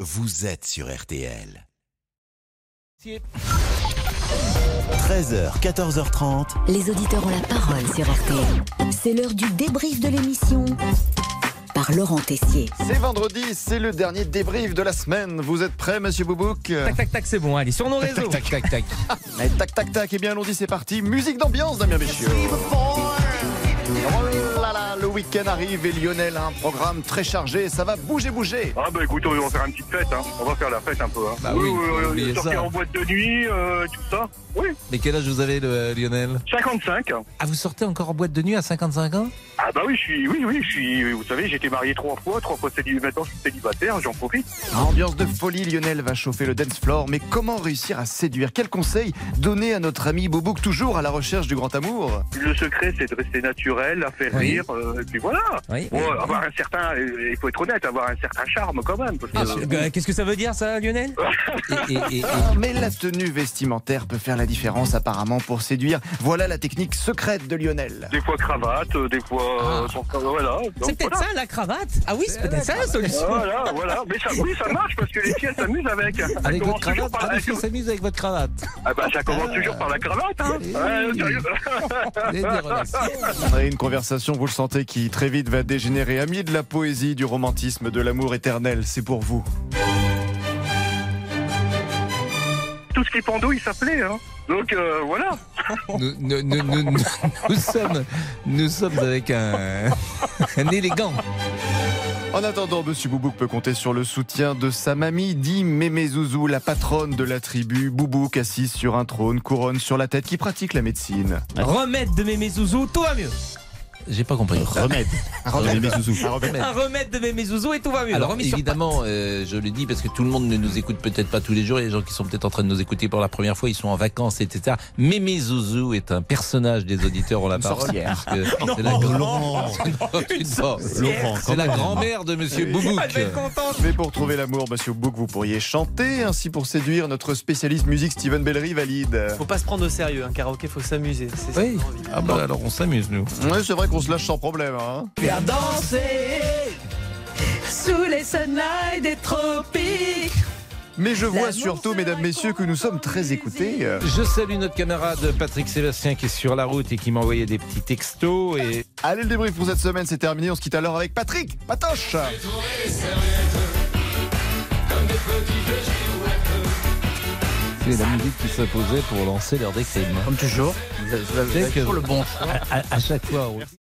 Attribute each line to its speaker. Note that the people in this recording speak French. Speaker 1: vous êtes sur RTL. 13h, 14h30.
Speaker 2: Les auditeurs ont la parole sur RTL. C'est l'heure du débrief de l'émission par Laurent Tessier.
Speaker 3: C'est vendredi, c'est le dernier débrief de la semaine. Vous êtes prêts, monsieur Boubouk
Speaker 4: Tac, tac, tac, c'est bon, allez, sur nos réseaux.
Speaker 5: Tac, tac, tac.
Speaker 3: Allez, tac, tac, tac. Et bien, allons-y, c'est parti. Musique d'ambiance, Damien Béchiot. Oh là là, Le week-end arrive et Lionel a un programme très chargé. Ça va bouger, bouger.
Speaker 6: Ah bah écoute, on va faire une petite fête, hein. on va faire la fête un peu. Hein.
Speaker 5: Bah oui, faut oublier
Speaker 6: sortir
Speaker 5: ça.
Speaker 6: en boîte de nuit, euh, tout ça. Oui,
Speaker 5: Mais quel âge vous avez, le- euh, Lionel
Speaker 6: 55.
Speaker 5: Ah, vous sortez encore en boîte de nuit à 55 ans
Speaker 6: Ah bah oui, je suis, oui, oui, je suis, vous savez, j'ai été marié trois fois, trois fois célibataire, maintenant je suis célibataire, j'en profite.
Speaker 3: Ambiance de folie, Lionel va chauffer le dance floor. Mais comment réussir à séduire Quel conseil donner à notre ami Boubouk, toujours à la recherche du grand amour
Speaker 6: Le secret, c'est de rester naturel, à faire
Speaker 4: Oui.
Speaker 6: rire, euh, et puis voilà.
Speaker 4: Oui.
Speaker 6: Bon, avoir un certain, euh, il faut être honnête, avoir un certain charme quand même. parce que-
Speaker 4: Euh, Qu'est-ce que ça veut dire, ça, Lionel
Speaker 5: Et- et- et- et-
Speaker 3: Mais la tenue vestimentaire peut faire la différence apparemment pour séduire. Voilà la technique secrète de Lionel.
Speaker 6: Des fois cravate, euh, des fois
Speaker 5: Ah.
Speaker 6: euh, sans cravate, voilà.
Speaker 4: C'est
Speaker 6: Donc,
Speaker 4: peut-être
Speaker 6: voilà.
Speaker 4: ça, la cravate Ah oui, c'est peut-être ça la solution.
Speaker 6: Voilà, voilà, mais ça, oui, ça marche parce que les filles elles s'amusent avec. Elles
Speaker 5: Avec votre
Speaker 6: commencent toujours
Speaker 5: cravate
Speaker 6: par
Speaker 5: Ah,
Speaker 6: la-
Speaker 5: les filles s'amusent avec votre cravate.
Speaker 6: Ah bah ça commence toujours par la cravate, hein
Speaker 5: Oui.
Speaker 6: Ouais, sérieux.
Speaker 5: Vous avez des relations.
Speaker 3: On a eu une conversation, vous le sentez, qui très vite va dégénérer. Ami de la poésie, du romantisme, de l'amour éternel, c'est pour vous.
Speaker 6: Tout ce qui est pando, il s'appelait, hein donc euh, voilà.
Speaker 5: Nous, nous- nous- nous- nous- nous sommes, nous sommes avec un, un élégant.
Speaker 3: En attendant, Monsieur Boubouk peut compter sur le soutien de sa mamie, dit Mémé Zouzou, la patronne de la tribu. Boubouk assise sur un trône, couronne sur la tête, qui pratique la médecine.
Speaker 4: Remède de mémé Zouzou, tout va mieux.
Speaker 5: J'ai pas compris.
Speaker 1: Remède. Mémé Zouzou.
Speaker 4: Un remède de mémé Zouzou et tout va mieux.
Speaker 5: Alors
Speaker 4: Remis sur
Speaker 5: évidemment, euh, je le dis parce que tout le monde ne nous écoute peut-être pas tous les jours. et Les gens qui sont peut-être en train de nous écouter pour la première fois, ils sont en vacances, etc. Mémé Zouzou est un personnage des auditeurs. On l'a pas C'est la,
Speaker 1: Laurent.
Speaker 5: Non,
Speaker 1: Laurent,
Speaker 5: c'est la
Speaker 1: quand même.
Speaker 5: grand-mère de Monsieur Boubouk.
Speaker 4: Elle va être contente.
Speaker 3: Mais pour trouver l'amour, Monsieur Boubouk, vous pourriez chanter. Ainsi, pour séduire, notre spécialiste musique Steven Bellery valide.
Speaker 7: Faut pas se prendre au sérieux, un karaoké, faut s'amuser. C'est ça
Speaker 5: Oui.
Speaker 7: qu'on a envie.
Speaker 5: Ah bah alors on s'amuse nous.
Speaker 3: Ouais, c'est vrai qu'on se lâche sans problème. Hein.
Speaker 8: faire danser sous les sunlights des tropiques.
Speaker 3: Mais je vois
Speaker 8: L'amour,
Speaker 3: surtout,
Speaker 8: c'est
Speaker 3: mesdames,
Speaker 8: vrai
Speaker 3: messieurs, que
Speaker 8: qu'on
Speaker 3: nous sommes
Speaker 8: entend
Speaker 3: très
Speaker 8: musique.
Speaker 3: écoutés.
Speaker 5: Je salue notre camarade Patrick Sébastien qui est sur la route et qui m'envoyait des petits textos et
Speaker 3: Allez, le débrief pour cette semaine, c'est terminé. On se quitte alors avec Patrick Patoche.
Speaker 5: c'est la musique qui se posait pour lancer leur décès.
Speaker 7: Comme toujours, vous avez- vous avez
Speaker 5: que-
Speaker 7: toujours le bon choix.
Speaker 5: À, à chaque fois. on-